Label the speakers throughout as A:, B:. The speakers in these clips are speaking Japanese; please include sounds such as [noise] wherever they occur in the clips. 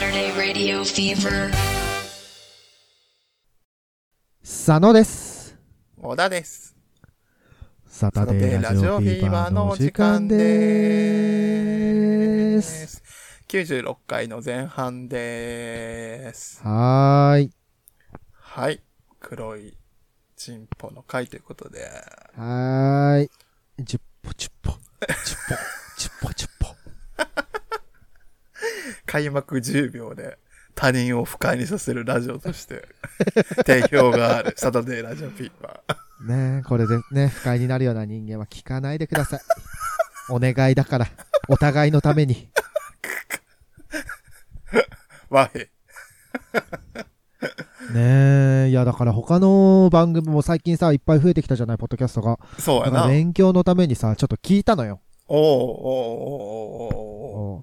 A: Radio Fever.
B: 佐野です。
C: 小田です。
B: サタデーラジオフィーバーのお時間でーす。
C: 96回の前半でーす。
B: はーい。
C: はい。黒いチンポの回ということで。
B: はーい。10歩、10歩、10歩、10歩、10歩。
C: 開幕10秒で他人を不快にさせるラジオとして
B: [laughs]
C: 定評があるサタデーラジオピーパー。
B: ねえ、これでね、不快になるような人間は聞かないでください。お願いだから、お互いのために。
C: わへ。
B: ねえ、いやだから他の番組も最近さ、いっぱい増えてきたじゃない、ポッドキャストが。
C: そう
B: だ
C: や
B: から
C: な。
B: 勉強のためにさ、ちょっと聞いたのよ。
C: おーおーおーおーおーおー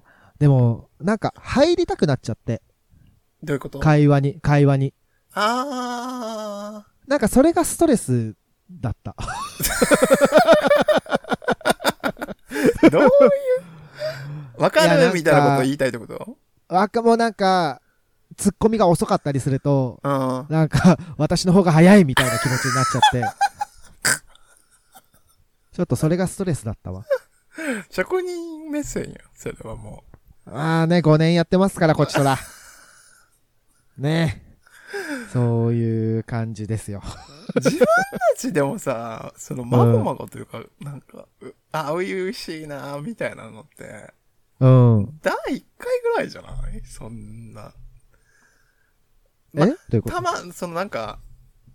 B: おうでも、なんか入りたくなっちゃって、
C: どういうこと
B: 会話に、会話に。
C: あ
B: なんかそれがストレスだった。
C: ー。どういうわか
B: いやなん
C: る
B: か
C: みたいなこと言いたいってこと
B: 若もなんか、突っ込みが遅かったりすると、
C: うん。
B: なんか、私の方が早いみたいな気持ちになっちゃ [laughs] って。ちょっとそれがストレスだったわ。
C: 職人目線や。それはも
B: ああね、5年やってますから、こっちとら。ねえ。そういう感じですよ。
C: う。自分たちでもさ、その、まごまごというか、なんか、うあ、ういうしいな、みたいなのって、
B: うん。
C: 第1回ぐらいじゃないそんな。
B: え
C: ま
B: どういうこ
C: た
B: と
C: ま、そのなんか、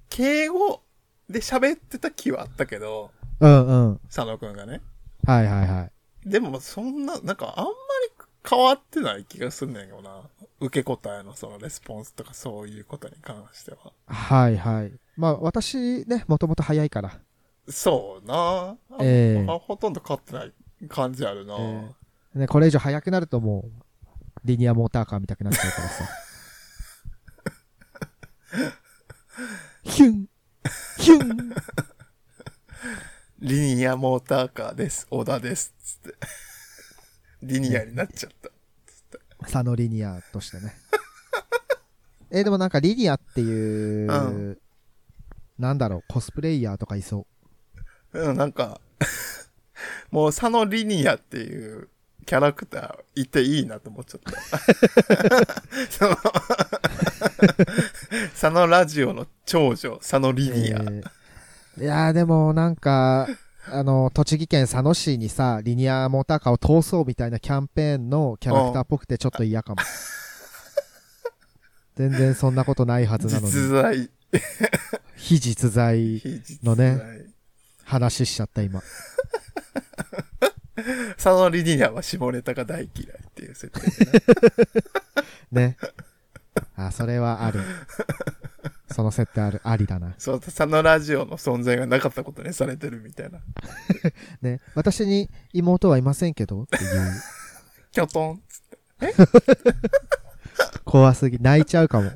C: 敬語で喋ってた気はあったけど、
B: うんうん。
C: 佐野くんがね。
B: はいはいはい。
C: でも、そんな、なんか、あんまり変わってない気がすんねんけどな。受け答えのそのレスポンスとかそういうことに関しては。
B: はいはい。まあ、私ね、もともと早いから。
C: そうなあ、
B: ええ
C: あほとんど勝ってない感じあるな、
B: えね、これ以上早くなるともう、リニアモーターカーみたくなっちゃうからさ。ヒュンヒュン
C: リニアモーターカーです。小田です。つって。 [laughs] リニアになっちゃった。
B: 佐野リニアとしてね。えーでもなんかリニアっていう、
C: うん
B: なんだろう、コスプレイヤーとかいそ
C: うん、なんか、 [laughs] もう佐野リニアっていうキャラクターいていいなと思っちゃった。
B: [laughs]
C: その [laughs] 佐野ラジオの長女、佐野
B: う。
C: リニア。
B: えーいやーでもなんか、あの、栃木県佐野市にさ、リニアモーターカーを通そうみたいなキャンペーンのキャラクターっぽくてちょっと嫌かも。全然そんなことないはずなのに。
C: 実在、
B: 非実在
C: 非実在。
B: のね話しちゃった今。
C: 佐野リニアは下ネタが大嫌いっていう設定でね。
B: ね。あ、それはある。その設定ある、ありだな。
C: そう、佐野ラジオの存在がなかったことにされてるみたいな。
B: ね。私に妹はいませんけどっていう。
C: キョトン。
B: 怖すぎ、泣いちゃうかも。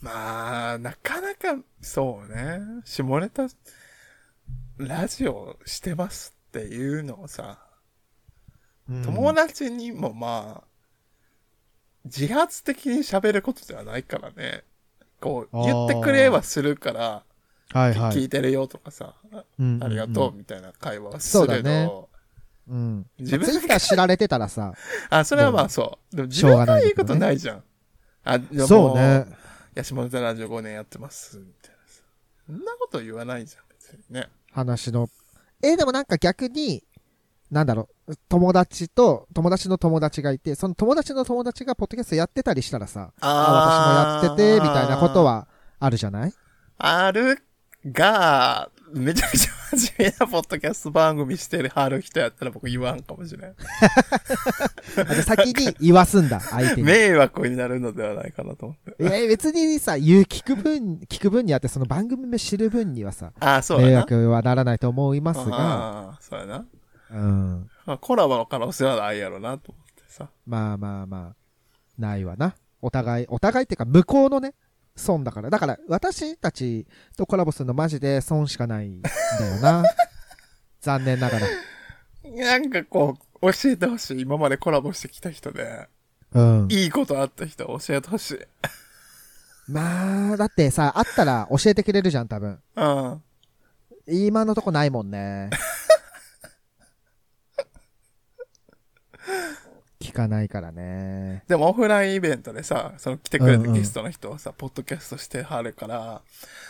C: まあ、なかなか、そうね。下ネタ、ラジオしてますっていうのをさ、
B: うん
C: 友達にもまあ、自発的に喋ることではないからね。こう、
B: あー
C: 言ってくれはするから、
B: はいは
C: 聞
B: い。
C: いてるよとかさ、
B: うん
C: ありがとうみたいな会話はす
B: そう
C: る
B: だ
C: け
B: ね
C: ど、
B: うん。うん。
C: 自分
B: ツイッター知られてたらさ、
C: あ、それはまあそう。でも
B: し
C: 自
B: ょう
C: 分
B: がな
C: が
B: い
C: 言
B: けど
C: う
B: ね
C: ことないじゃん。あ、でも
B: そうね。。
C: いや、下ネタラジオ5年やってます、みたいなさ。そんなこと言わないじゃん、別にね。
B: 話の。えーでもなんか逆に、なんだろう、友達と、友達の友達がいて、その友達の友達がポッドキャストやってたりしたらさ、あ、私もやってて、みたいなこと。はあるじゃない
C: あるが、めちゃくちゃ真面目なポッドキャスト番組してるはる人やったら僕言わんかもしれん。
B: あで先に言わ
C: [laughs]
B: すんだ、相手に。
C: 迷惑になるのではないかなと思って。
B: いや、別にさ、言う、聞く分、聞く分にあって、その番組名知る分にはさ、
C: あ、そう
B: 迷
C: やな。
B: 惑はならないと思いますが、
C: あーそうやな。
B: うん。
C: まあコラボの可能性はないやろな、と思ってさ。
B: まあまあまあ、ないわな。お互い、お互いっていうか、向こうのね、損だから。だから、私たちとコラボするのマジで [laughs] 損しかないんだよな。残念ながら。
C: なんかこう、教えてほしい。今までコラボしてきた人で、
B: うん。
C: いいことあった人教えてほしい。
B: まあ、だってさ、あったら教えてくれるじゃん、多分。
C: うん。
B: 今のとこないもん [laughs] ね。聞かないからね。
C: でもオフラインイベントでさ、その来てくれ
B: うんう
C: た
B: ん
C: ゲストの人をさ、ポッドキャストしてはるから、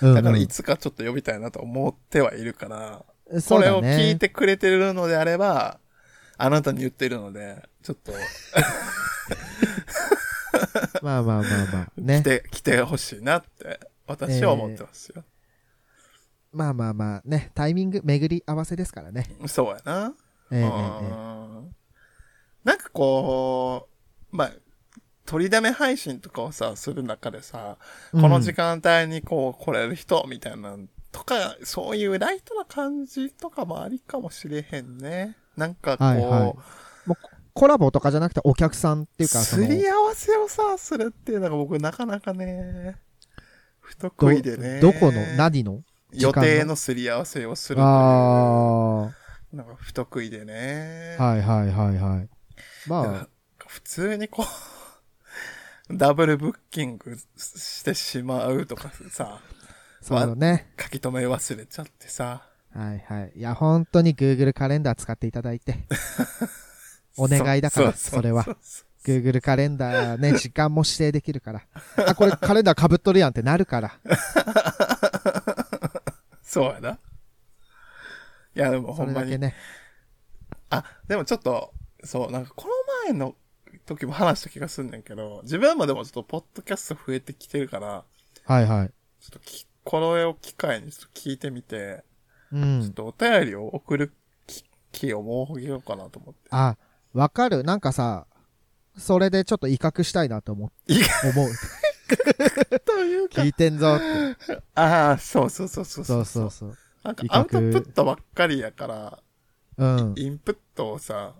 B: うんうん
C: だからいつかちょっと呼びたいなと思ってはいるから、
B: そ
C: こ
B: う
C: れ
B: だ
C: を聞
B: ね
C: い。てくれてるのであれば、あなたに言ってるので、ちょっと
B: まあまあまあまあ。
C: 来
B: ね。
C: て、来てほしいなって、私は思ってますよ。
B: [laughs] まあまあまあね。タイミング、巡り合わせですからね。
C: そうやな。
B: ええええええ
C: うんなんかこう、まあ、取りだめ配信とかをさ、する中でさ、この時間帯にこう来れる人みたいなのとか、そういうライトな感じとかもありかもしれへんね。なんかこう、
B: はいはいコラボとかじゃなくてお客さんっていうか、そ
C: す
B: の、
C: り合わせをさ、するっていうのが僕なかなかね、不得意でね。
B: どこの、何の時
C: 予
B: 間の
C: 定のすり合わせをするとい
B: あ
C: うのが不得意でね。
B: あ。はいはいはいはい。まあ、
C: 普通にこう、 [laughs] ダブルブッキングしてしまうとかさ、
B: そうだね。
C: 書き留め忘れちゃってさ。
B: はいはい。いや、本当に Google カレンダー使っていただいて。
C: [laughs]
B: お願いだから、
C: う
B: それは
C: う。そう
B: Google カレンダー
C: [laughs]
B: ね、時間も指定できるから。あ、これカレンダー被っとるやんってなるから。
C: そうやな。いや、でもほ
B: そ
C: ん
B: れ
C: ま
B: だ
C: に。
B: けね。
C: あ、でもちょっと、そう、なんかこの前の時も話した気がすんねんけど、自分もでもちょっとポッドキャスト増えてきてるから、
B: はいはい。
C: ちょっとき、これを機会にちょっと聞いてみて、
B: う
C: ちょっ
B: ん。
C: とお便りを送る機機を設けようかなと思って。
B: あ、わかる。なんかさ、それでちょっと威嚇したいなと思う。
C: 威
B: 思う。
C: というか
B: 聞、いてんぞって。
C: ああ、そうそうそうそう
B: そうそうそう。
C: なんか
B: 威嚇
C: アウトプットばっかりやから、
B: うん。
C: インプットをさ、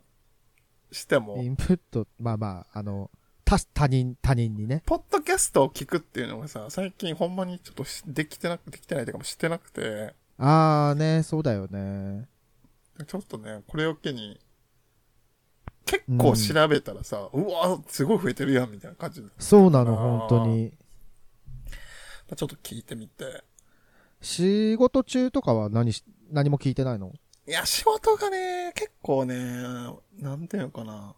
C: しても
B: イ、ンプット、まあまあ、あの、他、他人、他人にね。
C: ポッドキャストを聞くっていうのがさ、最近ほんまにちょっとしできてなく、できてないというかもうしてなくて、
B: あーね、そうだよね。
C: ちょっとね、これを機に、結構調べたらさ、うわ、すごい増えてるやん、みたいな感じで。
B: そうなの、本
C: あー
B: 当に。
C: ちょっと聞いてみて。
B: 仕事中とかは何し、何も聞いてないの
C: いや、仕事がね、結構ね、なんていうのかな。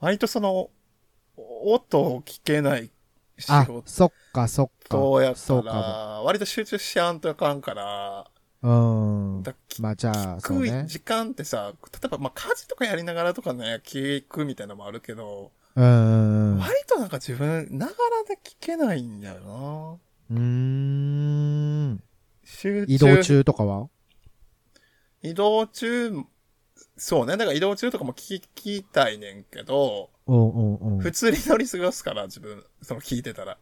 C: 割とその、音を聞けない仕
B: あ
C: 事、
B: そっか、そっか。
C: そうやった、
B: そうから
C: 割と集中しちゃんとあかんから、
B: も。うん。
C: だ聞
B: まあじゃあ、そう
C: く
B: ね。
C: 時間ってさ、例えばまあ家事とかやりながらとかね、聞くみたいなのもあるけど、
B: うーん。う
C: 割となんか自分、ながらで聞けないんだよな。
B: ーん。
C: 集中。
B: 移動。中とかは
C: 移動中、そうね。だから移動中とかも聞きたいねんけど、
B: うんうんうん。
C: 普通に乗り過ごすから、自分、その聞いてたら。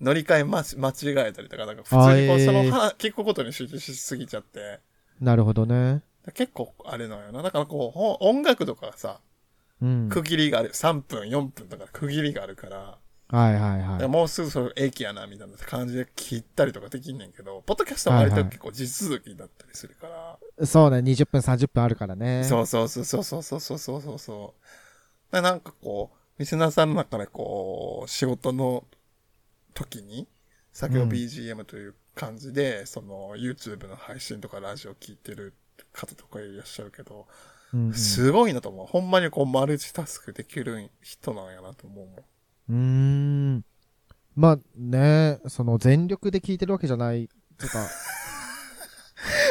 C: 乗り換えまし間違えたりとか、なんか普通にこ
B: あ
C: う、
B: えー
C: その、は聞くことに集中しすぎちゃって、
B: なるほどね。
C: 結構あれなんよな。だからこうほん、音楽とかさ、
B: うん。
C: 区切りがある。3分、4分とか区切りがあるから、
B: はいはい
C: だ
B: は
C: から
B: い。
C: もうすぐその駅やな、みたいな感じで聞いたりとかできんねんけど、ポッドキャストは割
B: は
C: と
B: いはい
C: 結構地続きだったりするから、
B: そうね、20分30分あるからね。
C: そうそうそうそうそうそうそうそうそうそう。だからなんかこう、リスナーさんの中でこう、仕事の時に、先ほど
B: うん
C: BGM という感じで、その YouTube の配信とかラジオ聞いてる方とかいらっしゃるけど、
B: うんうん。
C: すごいなと思う。ほんまにこうマルチタスクできる人なんやなと思うもん。
B: うーん。まあね、その全力で聞いてるわけじゃないと
C: [laughs]
B: か、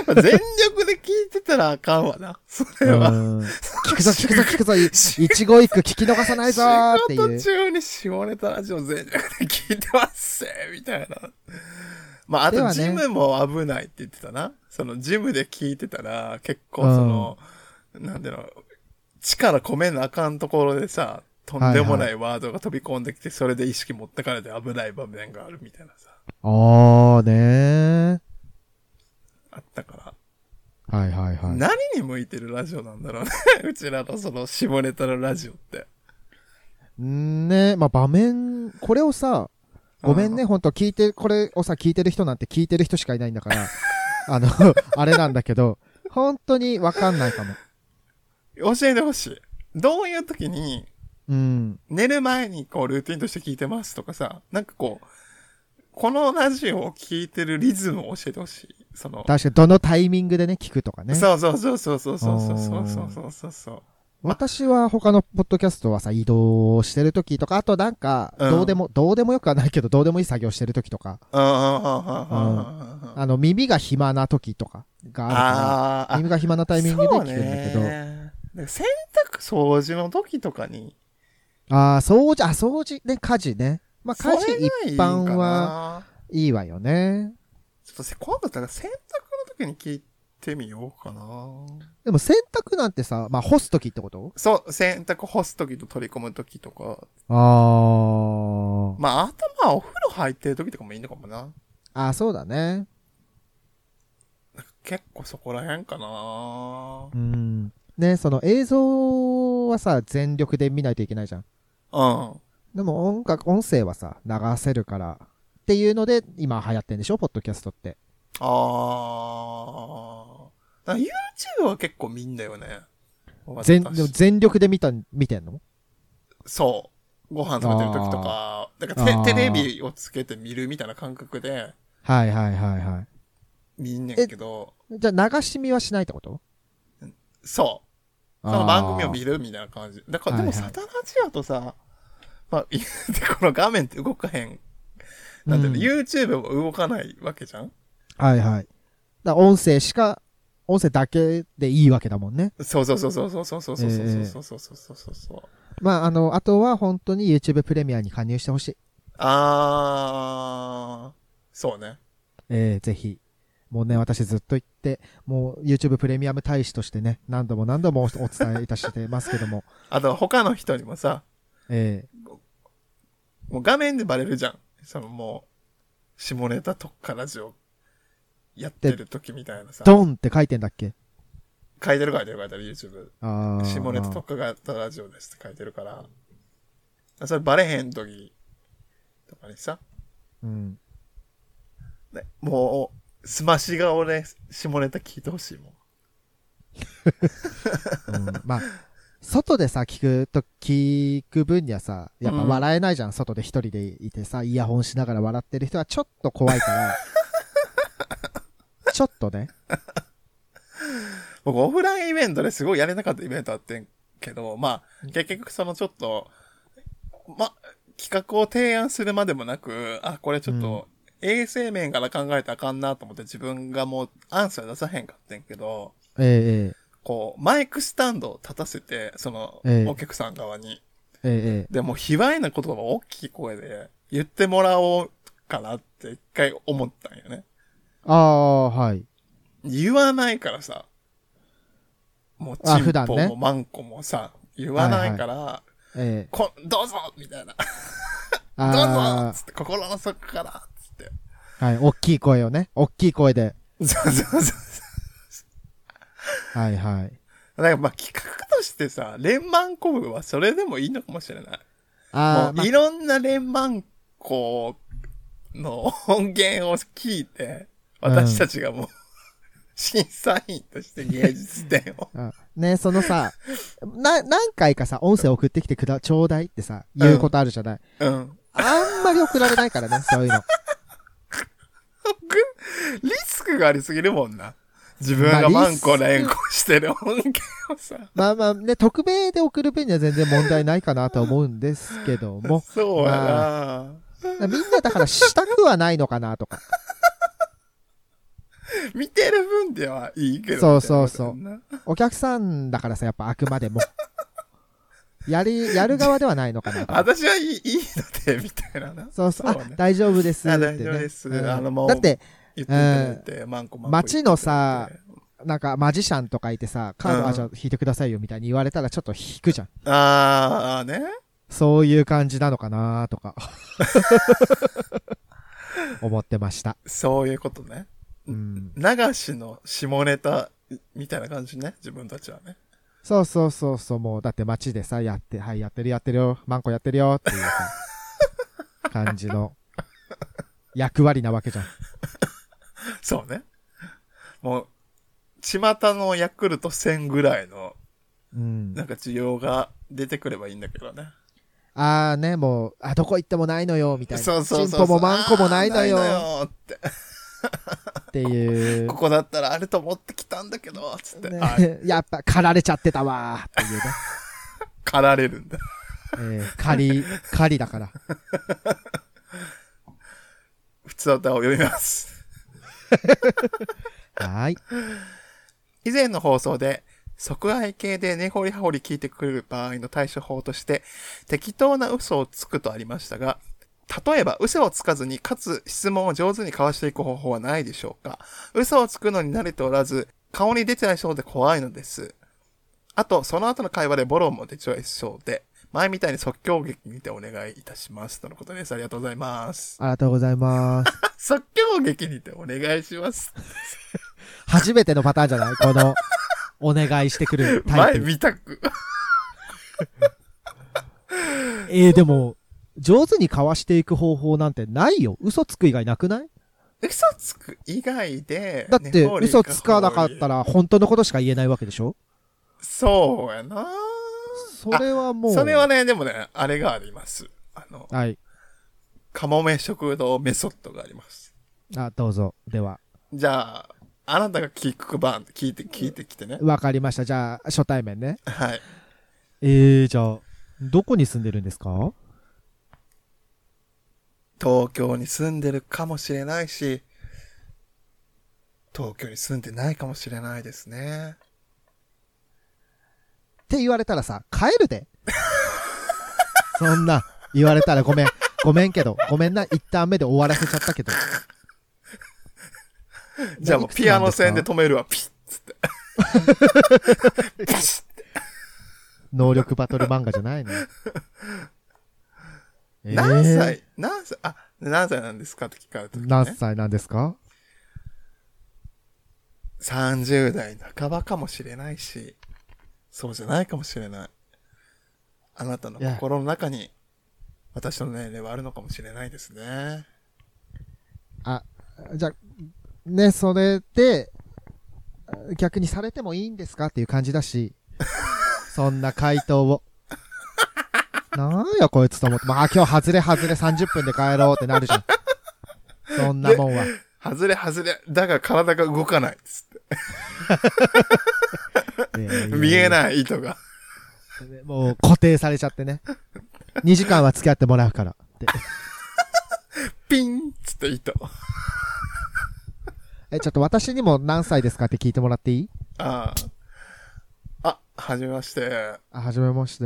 C: まあ全力で聞いてたらあかんわな。それは。
B: うん聞くぞ聞く
C: [laughs]
B: ぞ聞くぞ、い一語一句聞き逃さないぞーってい
C: 仕
B: う。
C: 事中に下ネタラジオ全力で聞いてますぜみたいな。まあ、あ
B: で
C: と
B: はね
C: ジムも危ないって言ってたな。そのジムで聞いてたら、結構その、なんていうの、力込めなあかんところでさ、とんでもないワードが飛び込んできて、それで意識持ってかれて危ない場面があるみたいなさ、
B: あーね
C: あったから。
B: ー。はいはいはい。
C: 何に向いてるラジオなんだろうね。 [laughs] うちらのその下ネタのラジオって。
B: んーねまあ場面、これをさ、ごめんね、
C: う
B: ほんと聞いて、これをさ、聞いてる人なんて聞いてる人しかいないん
C: [laughs]
B: だから、あの、あれなんだけど、本当にわかんないかも。
C: 教えてほしい。どういう時に、
B: うん。
C: 寝る前にこうルーティンとして聞いてますとかさ、なんかこう、このラジオを聞いてるリズムを教えてほしい。その、
B: 確かにどのタイミングでね、聞くとかね。
C: そうそうそうそうそうそうそうそうそうそうそう。
B: 私は他のポッドキャストはさ、移動してる時とか、あとなんか、
C: うん
B: どうでも、どうでもよくはないけど、どうでもいい作業してる時とか、
C: うんうんうんうんうんうん。
B: あの、耳が暇な時とかがある
C: あ
B: から、
C: ーあ、
B: 耳が暇なタイミングで聞くんだけど
C: そう、ねだから洗濯掃除の時とかに、
B: ああ、掃除、あ、掃除、ね、家事ね。まあ、
C: それ
B: 家
C: が
B: 事
C: いい
B: 一
C: んかな
B: 般はいいわよね。
C: ちょっとせ今度だから洗濯の時に聞いてみようかな。
B: でも洗濯なんてさ、まあ、干す時ってこと
C: そう、洗濯干す時と取り込む時とか。
B: ああ。
C: まあ、頭お風呂入ってる時とかもいいのかもな。
B: あーそうだね。
C: 結構そこら辺かな。
B: うん。ね、その映像はさ、全力で見ないといけないじゃん。
C: うん。
B: でも音楽、音声はさ、流せるから。っていうので、今流行ってんでしょポッドキャストって。
C: あー。だから YouTube は結構見んだよね。
B: 全、
C: 私
B: でも全力で見た、見てんの
C: そう。ご飯食べてる時とか、だから
B: あー
C: テテレビをつけて見るみたいな感覚で
B: はいはいはいは
C: 見んねんけど、
B: い。じゃあ流し見はしないってこと
C: そう。その番組を見るみたいな感じ。だから、でも、
B: はいはい
C: サタナチアとさ、まあ、言うてこの画面って動かへん。なんていう
B: うん
C: の、YouTube も動かないわけじゃん
B: はいはい。だから音声しか、音声だけでいいわけだもんね。
C: そうそうそうそうそうそうそうそうそうそうそうそうそうそう。
B: まあ、あの、あとは本当に YouTube プレミアに加入してほしい。
C: あー、そうね。
B: えー、ぜひ。もうね、私ずっと言って、もう YouTube プレミアム大使としてね、何度も何度もおお伝えいたしてますけども、 [laughs]
C: あと、他の人にもさ、
B: え
C: もう画面でバレるじゃん。そのもう、下ネタ特化ラジオ、やってる時みたいなさ
B: ー、。ドンって書いてんだっけ
C: 書いてる書いてる書いてる YouTube。
B: あー
C: 下ネタ特化型ラジオですって書いてるから、それバレへん時とかにさ、
B: うん。
C: ねもう、すまし顔で下ネタ聞いてほしいもん。
B: うんまあ、外でさ、聞くと、聞く分にはさ、やっぱ笑えないじゃん、外で一人でいてさ、イヤホンしながら笑ってる人はちょっと怖い
C: [laughs]
B: から、ちょっとね、
C: 僕、オフラインイベントですごいやれなかったイベントあってんけど、まあ、結局そのちょっと、ま、企画を提案するまでもなく、あ、これちょっと、衛生面から考えたらあかんなと思って自分がもうアンサー出さへんかってんけど、
B: え
C: こう、マイクスタンドを立たせて、その
B: ええ、
C: お客さん側に。
B: ええええ
C: でも、卑猥な言葉を大きい声で言ってもらおうかなって一回思ったんよね。
B: ああ、はい。
C: 言わないからさ、もう
B: あ
C: チン
B: 普段
C: ポ
B: ね
C: もマンコもさ、言わないから、
B: ええ
C: こどうぞみたいな。どうぞ
B: あ
C: つって心の底からつって。
B: あ、はい、大きい声をね、大きい声で。
C: そうそうそう。
B: はいはい。
C: だからまあ企画としてさ、連番鼓舞はそれでもいいのかもしれない。
B: あ
C: も
B: あ、
C: う
B: まあ
C: いろんな連番鼓の音源を聞いて、私たちがもう、 [laughs] 審査員として芸術点を。
B: うんねそのさ、な、何回かさ、音声送ってきてくだ、ちょうだいってさ、言うことあるじゃない。
C: うん。
B: あんまり送られないからね、 [laughs] そういうの。
C: ぐリスクがありすぎるもんな。自分がマンコ連呼してる音源をさ。、
B: まあまあね、匿名で送る分には全然問題ないかなとは思うんですけど [laughs] も
C: [laughs] そうやな、
B: みんなだからしたくはないのかなとか。
C: 見てる分ではいいけど。
B: そうそうそう
C: みたいな
B: お客さんだからさ、やっぱあくまでも。やり、やる側ではないのかなとか。
C: 私はいい、いいので、みたいなな。
B: そうそう、
C: そうね
B: あ、大丈夫ですって、
C: あ
B: ね。
C: 大丈夫です
B: うん
C: あのもう
B: だって、
C: 言っていただいて、マンコマンコ言って
B: 街
C: いただいて。
B: のさなんかマジシャンとかいてさ、カード、
C: うん
B: あ、じゃあ引いてくださいよみたいに言われたらちょっと引くじゃん。
C: あーあーね。
B: そういう感じなのかなと
C: [laughs]
B: か。思ってました。
C: そういうことね。
B: うん。
C: 流しの下ネタみたいな感じね、自分たちはね。
B: そうそうそうそう、もう、だって街でさ、やって、はい、やってるやってるよ、マンコやってるよっていうさ、感じの役割なわけじゃん。
C: そうね。もう、巷のヤクルト1000ぐらいの
B: うん。
C: [laughs] なんか需要が出てくればいいんだけどね。
B: ああね、もう、あ、どこ行ってもないのよ、みたいな。
C: そうそうそうそう。
B: チンポもマンコもないのよ、
C: あーないのよって。
B: っていう
C: こ。こだったらあると思ってきたんだけど、つって。あ、
B: ね [laughs] やっぱ、狩られちゃってたわーっていうね。
C: 狩られるんだ。
B: えー、狩り、狩りだから。
C: 普通歌を読みます。
B: はーい。
C: 以前の放送で、即愛系で根掘り葉掘り聞いてくる場合の対処法として、適当な嘘をつくとありましたが、例えば嘘をつかずに、かつ質問を上手に交わしていく方法はないでしょうか嘘をつくのに慣れておらず、顔に出てないそうで怖いのです。あと、その後の会話でボロも出ちゃいそうで、前みたいに即興劇見てお願いいたします。とのことです。ありがとうございます。
B: ありがとうございます。
C: 即興劇にてお願いします。
B: 初めてのパターンじゃないこの、お願いしてくるタ
C: [laughs] 前
B: イプ。
C: 見たく。
B: えー、でも、上手に交わしていく方法なんてないよ。嘘つく以外なくない
C: 嘘つく以外で、
B: だって
C: 根掘、り
B: 嘘つかなかったら、本当のことしか言えないわけでしょ
C: そうやな
B: それはもう。
C: それはね、でもね、あれがあります。あの、
B: はい。
C: カモメ食堂メソッドがあります。
B: あ、どうぞ。では。
C: じゃあ、あなたが聞く番、聞いて、聞いてきてね。
B: わかりました。じゃあ、初対面ね。
C: はい。
B: えー、じゃあ、どこに住んでるんですか
C: 東京に住んでるかもしれないし、東京に住んでないかもしれないですね。
B: って言われたらさ、帰るで。 [laughs] そんな、言われたらごめん。ごめんけど、ごめんな。一旦目で終わらせちゃったけど。
C: じゃあもう
B: いくつ
C: ピア
B: なん
C: ノ
B: すか
C: 線で止めるわ、ピッつって。ピッ
B: 能力バトル漫画じゃないの。えー
C: [laughs] 何歳、何歳、あ、何歳なんですかって聞かれた時、ね。
B: 何歳なんですか
C: 30代半ばかもしれないし、そうじゃないかもしれない。あなたの心の中に、私の年齢はあるのかもしれないですね。
B: あ、じゃあ、ね、それで、逆にされてもいいんですかっていう感じだ [laughs] し、そんな回答を。なんやこいつと思って、まあ今日外れ外れ30分で帰ろうってなるじゃん。そんなもんは。
C: 外れ外れ、だが体が動かないっつって。見え
B: い
C: ない糸が。
B: やいや。もう固定されちゃってね。2時間は付き合ってもらうからって。
C: ピンっつって糸。
B: え、ちょっと私にも何歳ですかって聞いてもらっていい
C: ああ。あ、はじめまして。
B: あ、はじめまして。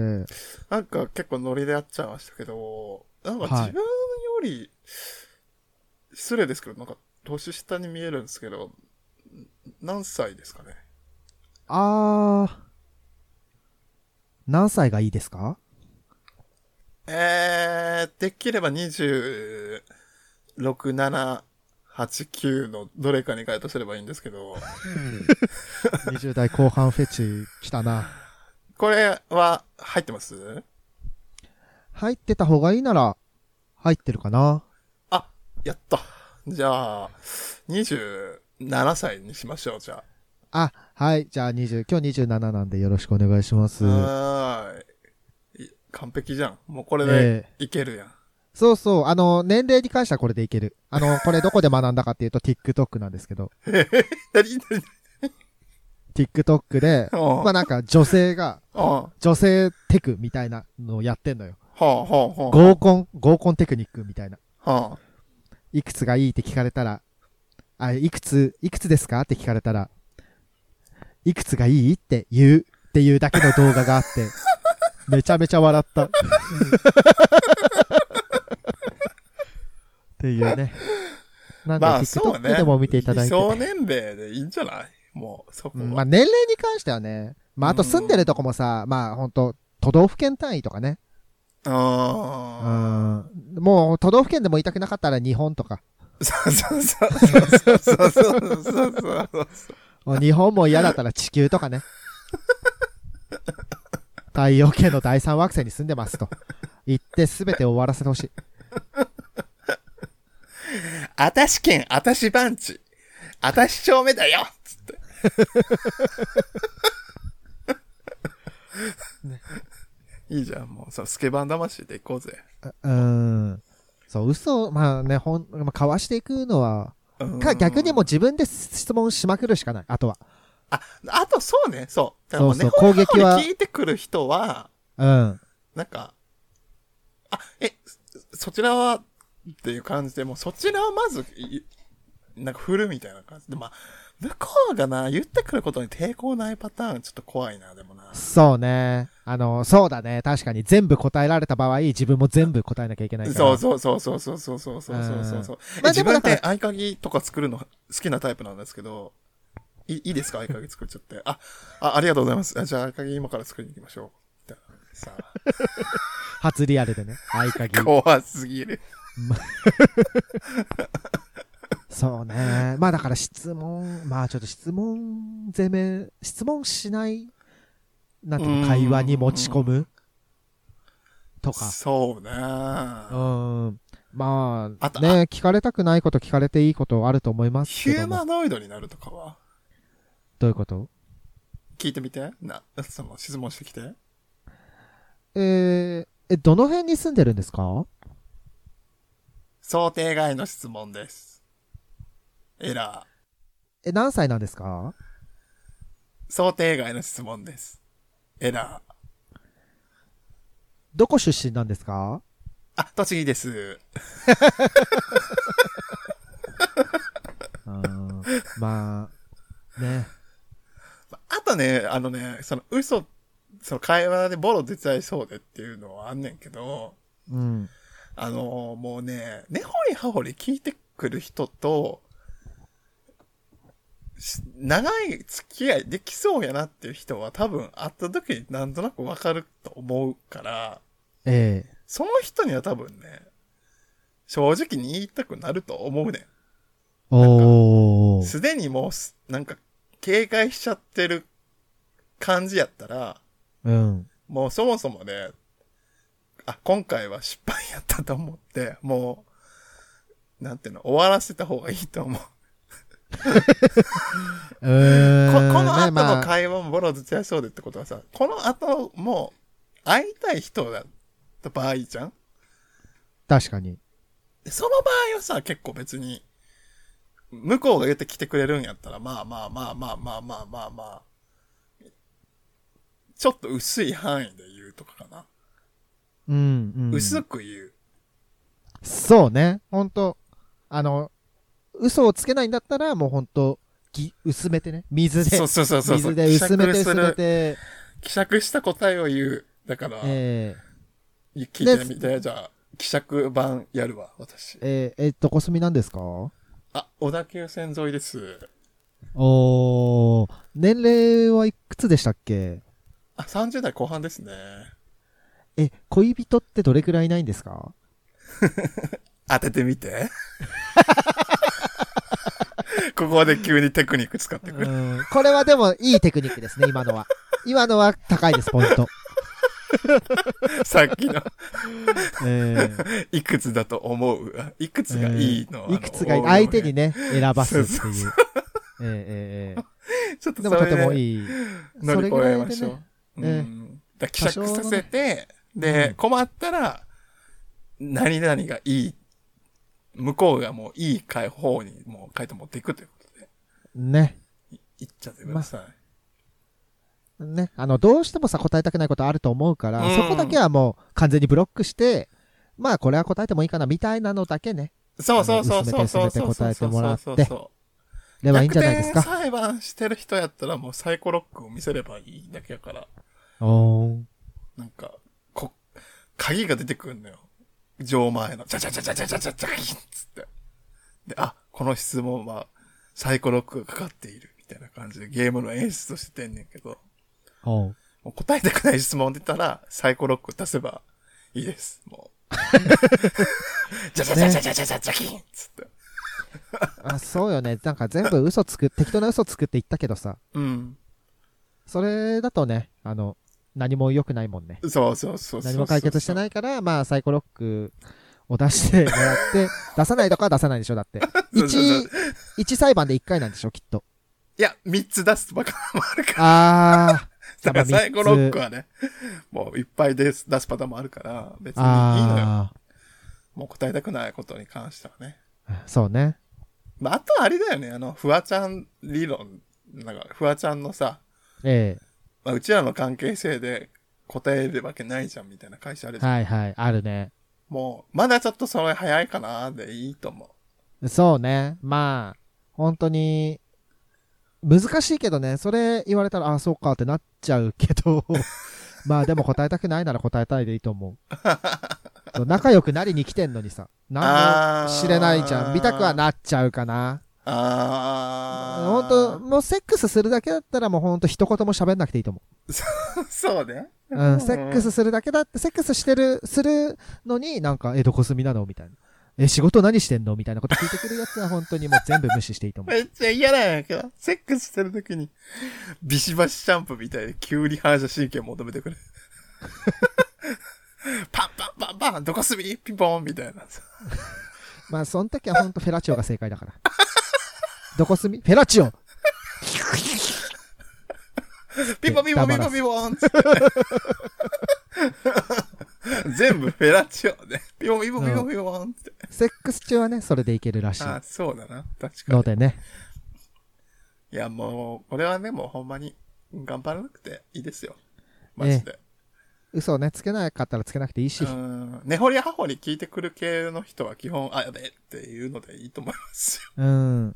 C: なんか結構ノリでやっちゃいましたけど、なんか
B: はい
C: 自分より、失礼ですけど、なんか年下に見えるんですけど、ん何歳ですかね
B: あー。何歳がいいですか
C: えー、できれば26、7、8、9のどれかに該当すればいいんですけど、
B: 20代後半フェチ来たな。
C: これは入ってます
B: 入ってた方がいいなら、入ってるかな。
C: あ、やった。じゃあ、27歳にしましょう、じゃ
B: あ、はい。じゃあ20、今日27なんでよろしくお願いします
C: あ。。はーいい。完璧じゃん。もうこれでいけるやん。
B: そうそう。あの、年齢に関してはこれでいける。あの、これどこで学んだかっていうと TikTok なんですけど、
C: 何何
B: TikTok
C: [laughs]
B: で、
C: うん
B: まあなんか女性が、
C: うん。は
B: 女性テクみたいなのをやってんのよ。
C: あ、はあ、はあ。
B: 合コン、合コンテクニックみたいな。
C: はい
B: くつがいいって聞かれたら、あ、いくつ、いくつですかって聞かれたら、いくつがいいって言うっていうだけの動画があ [laughs] って、めちゃめちゃ笑 [laughs] った。っていうね。な
C: あ。
B: んで、
C: まあ、そう
B: TikTok
C: ね。
B: でも見ていただいて。
C: 理想年齢でいいんじゃないもう、そこ
B: う
C: は。
B: んまあ、年齢に関してはね、まあ、あと住んでるとこもさ、まあ、本当都道府県単位とかね。う
C: あ
B: ん。もう、都道府県でも言いたくなかったら日本とか。
C: ーそうそうそうそうそうそうそうそう。
B: もう日本も嫌だったら地球と
C: [laughs]
B: かね。太陽系の第三惑星に住んでますと。言って全て終わらせてほしい。
C: あたし県、あたし番地。あたし町目だよつって。いいじゃん、もう。さ、スケバン魂で行こうぜ。
B: うーん。そう、嘘を、まあね、ほん、まあ、かわしていくのは、
C: うん
B: か、逆にもう自分で質問しまくるしかない、あとは。
C: あ、あとそうね、そう。だからもう
B: そう
C: 根
B: そう
C: 掘り
B: 攻撃は
C: 葉掘り聞いてくる人は、
B: うん。
C: なんか、あ、え、そそちらは、っていう感じで、もうそちらをまず、いなんか振るみたいな感じで、まあ、向こうがな、言ってくることに抵抗ないパターン、ちょっと怖いな、でもな。
B: そうね。あの、そうだね。確かに全部答えられた場合、自分も全部答えなきゃいけないから。
C: そうそうそうそうそうそうそうそうそうそうそう。え
B: まあで
C: 自
B: も
C: 分
B: だ
C: っ
B: から
C: て合鍵とか作るの好きなタイプなんですけど、いいいですか合鍵作っちゃって。あ、あ、ありがとうございます。あじゃあ合鍵今から作りに行きましょう。みたいなさあ
B: 初リアルでね。合
C: [laughs]
B: 鍵。
C: 怖すぎる。
B: そうね。まあだから質問、まあちょっと質問攻め、質問しない、なんていう
C: う
B: の、
C: ん
B: 会話に持ち込むとか。
C: そうね。
B: うーん。まあ、
C: あと
B: ね、聞かれたくないこと聞かれていいことあると思います
C: ヒ
B: け
C: ュー
B: ども
C: マ。ノイドになるとかは
B: どういうこと
C: 聞いてみて。な、その質問してきて。
B: えー、え、どの辺に住んでるんですか
C: 想定外の質問です。エラー。
B: え、何歳なんですか
C: 想定外の質問です。エラー。
B: どこ出身なんですか
C: あ、栃木です。
B: うーん。まあ、ね。
C: あとね、あのね、その嘘、その会話でボロ出ちゃいそうでっていうのはあんねんけど、
B: うん。
C: あのーもうね、根掘り葉掘り聞いてくる人と、し長い付き合いできそうやなっていう人は多分会った時になんとなくわかると思うから、
B: ええ
C: その人には多分ね、正直に言いたくなると思うね
B: お
C: ん。
B: ー。
C: すでにもうす、なんか、警戒しちゃってる感じやったら、
B: うん。
C: もうそもそもね、あ、今回は失敗やったと思って、もう、なんていうの、終わらせた方がいいと思う。こ
B: うー
C: こ
B: ん
C: の後
B: ねま
C: の
B: あ
C: 会話もボロずつやそうでってことはさ、この後も会いたい人だった場合じゃん
B: 確かに。
C: でその場合はさ、結構別に、向こうが言ってきてくれるんやったら、まあまあまあまあまあまあまあまあ、ちょっと薄い範囲で言うとかかな。
B: うん、うん。
C: 薄く言う。
B: そうね。ほんと、あの、嘘をつけないんだったら、もうほんと、ぎ薄めてね。水で
C: そう、そうそうそうそう。
B: 水で薄めて
C: 希釈す
B: 薄め
C: る
B: て、
C: 希釈した答えを言う。だから、
B: えー
C: 聞いてみて、じゃあ、希釈版やるわ、私。
B: えーえーどこ住みなんですか
C: あ、小田急線沿いです。
B: おー、年齢はいくつでしたっけ
C: あ、30代後半ですね。
B: え、恋人ってどれくらいいないんですか
C: 当ててみ
B: [laughs]
C: て。ここで急にテクニック使ってくる。
B: うんこれはでもいいテクニックですね、今のは。今のは高いです、ポイント。
C: さっきの、
B: えー
C: いくつだと思うあいくつがいいの、
B: えーいくつがいい
C: あの
B: 相手に。ね、選ばすって
C: そう
B: いう。えーえーえ
C: ちょっ
B: ー
C: とそ
B: で
C: れ
B: もとて
C: で
B: もいい。
C: 乗り越えま
B: それぐらい
C: し
B: で
C: ょ
B: ね
C: う。う
B: ええ
C: ん。だから希釈させて、
B: う
C: で
B: ん、
C: 困ったら、何々がいい、向こうがもういい解放にもう書いて持っていくということで、
B: ね。
C: いっちゃってください。
B: ね。あの、どうしてもさ、答えたくないことあると思うから、
C: うん
B: そこだけはもう完全にブロックして、まあ、これは答えてもいいかな、みたいなのだけね。
C: そうそうそうそうそう
B: 薄めて薄
C: そう。
B: めて答えてもらって
C: そうそうそう
B: ではいいんじゃないです
C: 逆
B: か。
C: 転裁判してる人やったらもうサイコロックを見せればいいだけやから、
B: おー
C: なんか、こ、鍵が出てくるのよ。錠前の、ちゃちゃちゃちゃちゃちゃちゃちゃキンっつって。で、あ、この質問はサイコロックがかかっている、みたいな感じでゲームの演出としててんねんけど、
B: おう
C: もう答えたくない質問出たら、サイコロック出せばいいです、もう。じゃじゃじゃじゃじゃじゃじゃじゃキンっつって。
B: あそうよね。なんか全部嘘つく、適当な嘘つくって言ったけどさ、
C: うん。
B: それだとね、あの、何も良くないもんね。
C: そうそうそうそう
B: 何も解決して
C: い。
B: ないから、まあ、サイコロックを出してもら
C: [laughs]
B: って、出さないとかは出さないでしょ、だって。
C: そうそうそう
B: 一一裁判で一回なんでしょ、きっと。
C: [laughs] いや、三つ出すとばかもあるから。
B: あ
C: だか
B: や
C: ら
B: っぱ
C: サイコロックはね、もういっぱいです出すパターンもあるから、別にいいのよ。
B: あ
C: もう答えたくないことに関してはね。
B: あ、そうね。
C: まあ、あとはあれだよね、あの、フワちゃん理論。なんか、フワちゃんのさ、
B: え
C: まあ、うちらの関係性で答えるわけないじゃんみたいな会社ある
B: え
C: じゃん。
B: はいはい、あるね。
C: もう、まだちょっとそれ早いかなーでいいと思う。
B: そうね。まあ、本当に、難しいけどね、それ言われたら、ああ、そうかってなっちゃうけ
C: [laughs]
B: ど、まあでも答えたくないなら答えたいでいいと思う。そう仲良くなりに来てんのにさ、なんも知れないじゃ
C: あー
B: ん。見たくはなっちゃうかな。
C: あ
B: 本
C: ー。
B: 当もうセックスするだけだったらもう本当一言も喋んなくていいと思う。
C: 当そうね。
B: うん、セックスするだけだって、セックスしてる、するのになんか、え、どこ住みなのみたいな。え、仕事何してんのみたいなこと聞いてくるやつは本当にもう全部無視していいと思う。 [laughs]
C: めっちゃ嫌なんやけど、セックスしてる時に、ビシバシシャンプーみたいで急に反射神経求めて
B: [laughs]
C: くる。パンパンパンパンどこすみピンポンみたいな。
B: まあ、その時は本当フェラチオが正解だから。どこ住みフェラチオ
C: ピンポンピンポンピンポンピンポンつって [laughs] 全部フェラチオね。ピンポンピンポンピンポンピンポンって。
B: セックス中はね、それでいけるらし
C: あ
B: い
C: あ、そうだな。確か
B: の
C: に。
B: でね。
C: いや、もう、俺はね、もうほんまに頑張らなくていいですよ。マジで。
B: 嘘をね、つけなかったらつけなくていいし
C: う。ん。根掘り葉掘り聞いてくる系の人は基本、あ、やべえっていうのでいいと思いますよ。
B: うん。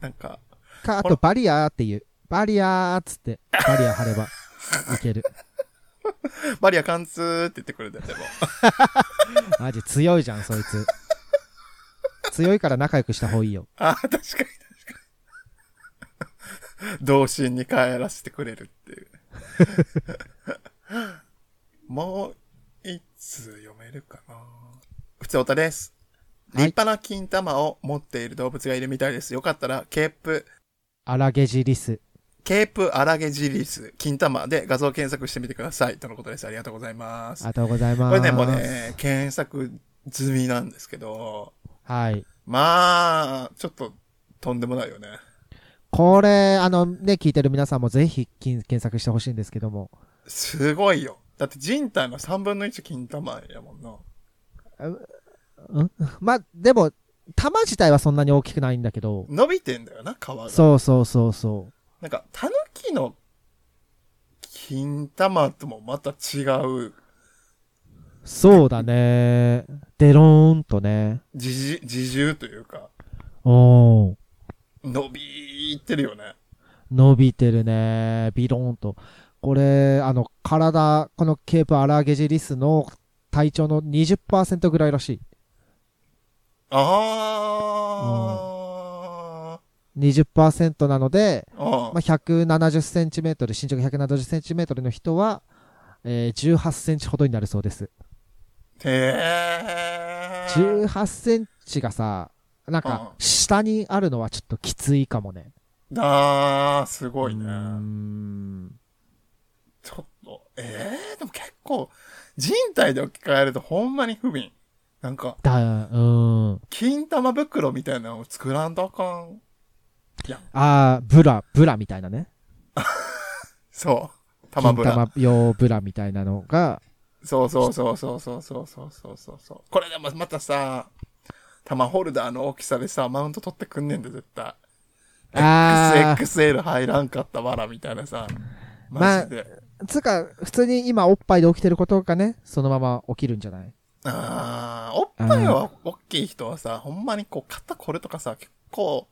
C: なんか、
B: か、あとバリアーっていう。バリアーっつって、バリア貼れば、いけ
C: [laughs]
B: る。
C: バリア貫通って言ってくるんだよ、でも。
B: マジ強いじゃん、そいつ。強いから仲良くした方がいいよ。
C: あ、確かに確かに。童心に帰らせてくれるっていう。もう、いつ読めるかな普通おたです。
B: はい
C: 立派な金玉を持っている動物がいるみたいです。よかったら、ケープ、
B: 荒ゲジリス。
C: ケープアラゲジリス、金玉で画像検索してみてください。とのことです。ありがとうございま
B: あり
C: す。
B: がとうございます。
C: これね、もう。ね、検索済みなんですけど、
B: はい。
C: まあ、ちょっと、とんでもないよね。
B: これ、あのね、聞いてる皆さんもぜひ検検索してほしいんですけども。
C: すごいよ。だって人体の3分の1金玉やもんな。
B: まあ、でも、玉自体はそんなに大きくないんだけど、
C: 伸びてんだよな、皮が。
B: そうそうそうそう。
C: なんか、タヌキの金玉ともまた違う、
B: そうだね。でろーんとね。
C: 自重、自重というか、
B: おー。
C: 伸びってるよね。
B: 伸びてるね。ビローンと。これ、あの、体、このケープアラゲジリスの体長の20%ぐらいらしい。
C: あ
B: 20%なので、
C: ー。あ
B: まあ、170センチメートル、身長が170センチメートルの人は、えー18センチほどになるそうです。
C: へー。
B: 18センチがさ、なんか、下にあるのはちょっときついかもね。
C: あー、すごいうね。
B: ーん
C: ちょっと、ええー、でも結構、人体で置き換えるとほんまに不憫。なんか、
B: だ、うん。
C: 金玉袋みたいなのを作らんとあかん。
B: ああ、ブラ、ブラみたいなね。
C: そう。玉ぶら。
B: 金玉用ブラみたいなのが、
C: そうそうそうそうそうそうそうそうそうそう。これでもまたさ、玉ホルダーの大きさでさ、マウント取ってくんねんで、絶対。
B: あー
C: XXL 入らんかったわら、みたいなさ。
B: まあ
C: マジで。
B: つうか、普通に今おっぱいで起きてることがね、そのまま起きるんじゃない
C: あー、おっぱいは大きい人はさ、ほんまにこう、肩これとかさ、結構、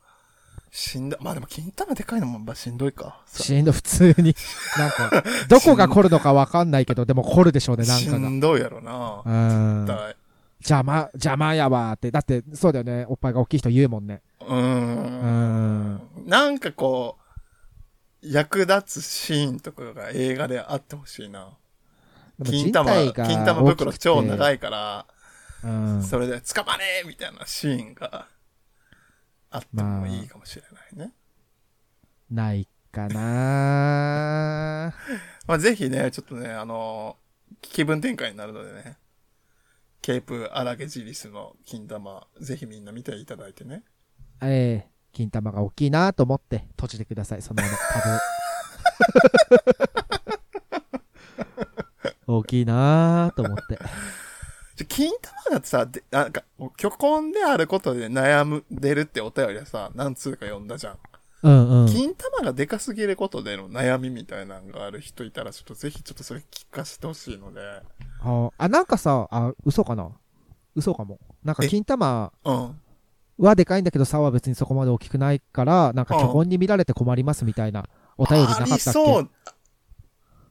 C: しんどい。まあでも、金玉でかいのもまあしんどいか。さ
B: しんどい、普通
C: [laughs]
B: に。なんか、どこが凝るのかわかんないけど、でも凝るでしょうね、なん
C: し
B: かが。
C: んどいやろな。
B: うん。
C: 絶対
B: 邪魔、邪魔やわーって。だって、そうだよね、おっぱいが大きい人言うもんね。
C: うー。
B: うんん。
C: なんかこう、役立つシーンとかが映画であってほしいな。
B: でも
C: 金玉、
B: 人体が
C: 金玉袋
B: 大きくて
C: 超長いから、
B: うん。
C: それで捕まれみたいなシーンがあってもいいかもしれないね。
B: ないかなー
C: まあ、ぜひね、ちょっとね、あの気分転換になるのでね、ケープアラゲジリスの金玉、ぜひみんな見ていただいてね。
B: ええ金玉が大きいなと思って閉じてください、そのままタブを。
C: [laughs]
B: 大きいなーと思って。
C: じゃ金玉がさ、でなんか、虚婚であることで悩む、出るってお便りはさ、何通か読んだじゃん。
B: うんうん。
C: 金玉がでかすぎることでの悩みみたいなのがある人いたら、ちょっとぜひちょっとそれ聞かせてほしいので。
B: ああ、なんかさ、あ、嘘かな嘘かも。なんか
C: え
B: 金玉
C: うん。
B: はでかいんだけど、差は別にそこまで大きくないから、なんか
C: うん
B: 巨根に見られて困りますみたいなお便りなかったっ
C: あり
B: け
C: そう。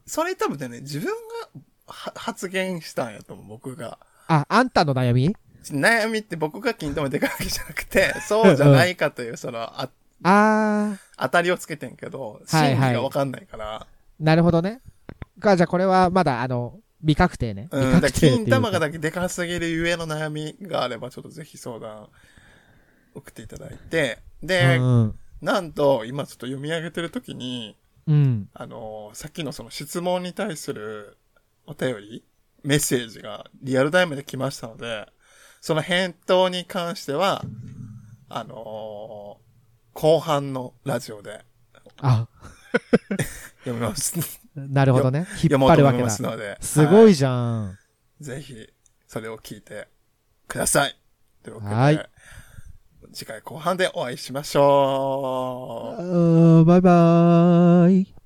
C: それ多分ね、自分がは発言したんやと思う、僕が。
B: あ、あんたの悩み
C: 悩みって僕が金玉でかいわけじゃな
B: [laughs]
C: くて、そうじゃないかという、その、あ
B: あ
C: 当たりをつけてんけど、
B: はいはい
C: 真理がわかんないか
B: ー、
C: ら。
B: なるほどね。が、じゃあこれはまだ、あの、未確定ね。
C: うん、
B: 未
C: だから
B: 確定っていうか
C: 金玉がだけでかすぎるゆえの悩みがあれば、ちょっとぜひ相談送っていただいて。で、
B: うん
C: なんと、今ちょっと読み上げてるときに、
B: うん。うん。
C: あのーさっきのその質問に対するお便り、メッセージがリアルタイムで来ましたので、その返答に関しては、あのー後半のラジオで
B: あ、
C: 読みます。
B: なるほどね。 [laughs] 引
C: 読
B: っ
C: もう
B: 張
C: と
B: るわ
C: 思い
B: け
C: ま
B: だ。
C: すので。
B: す
C: は
B: ごいじゃん。
C: ぜひ、それを聞いてください。というわけで、
B: はい
C: 次回後半でお会いしましょう。
B: うーんバイバーイ。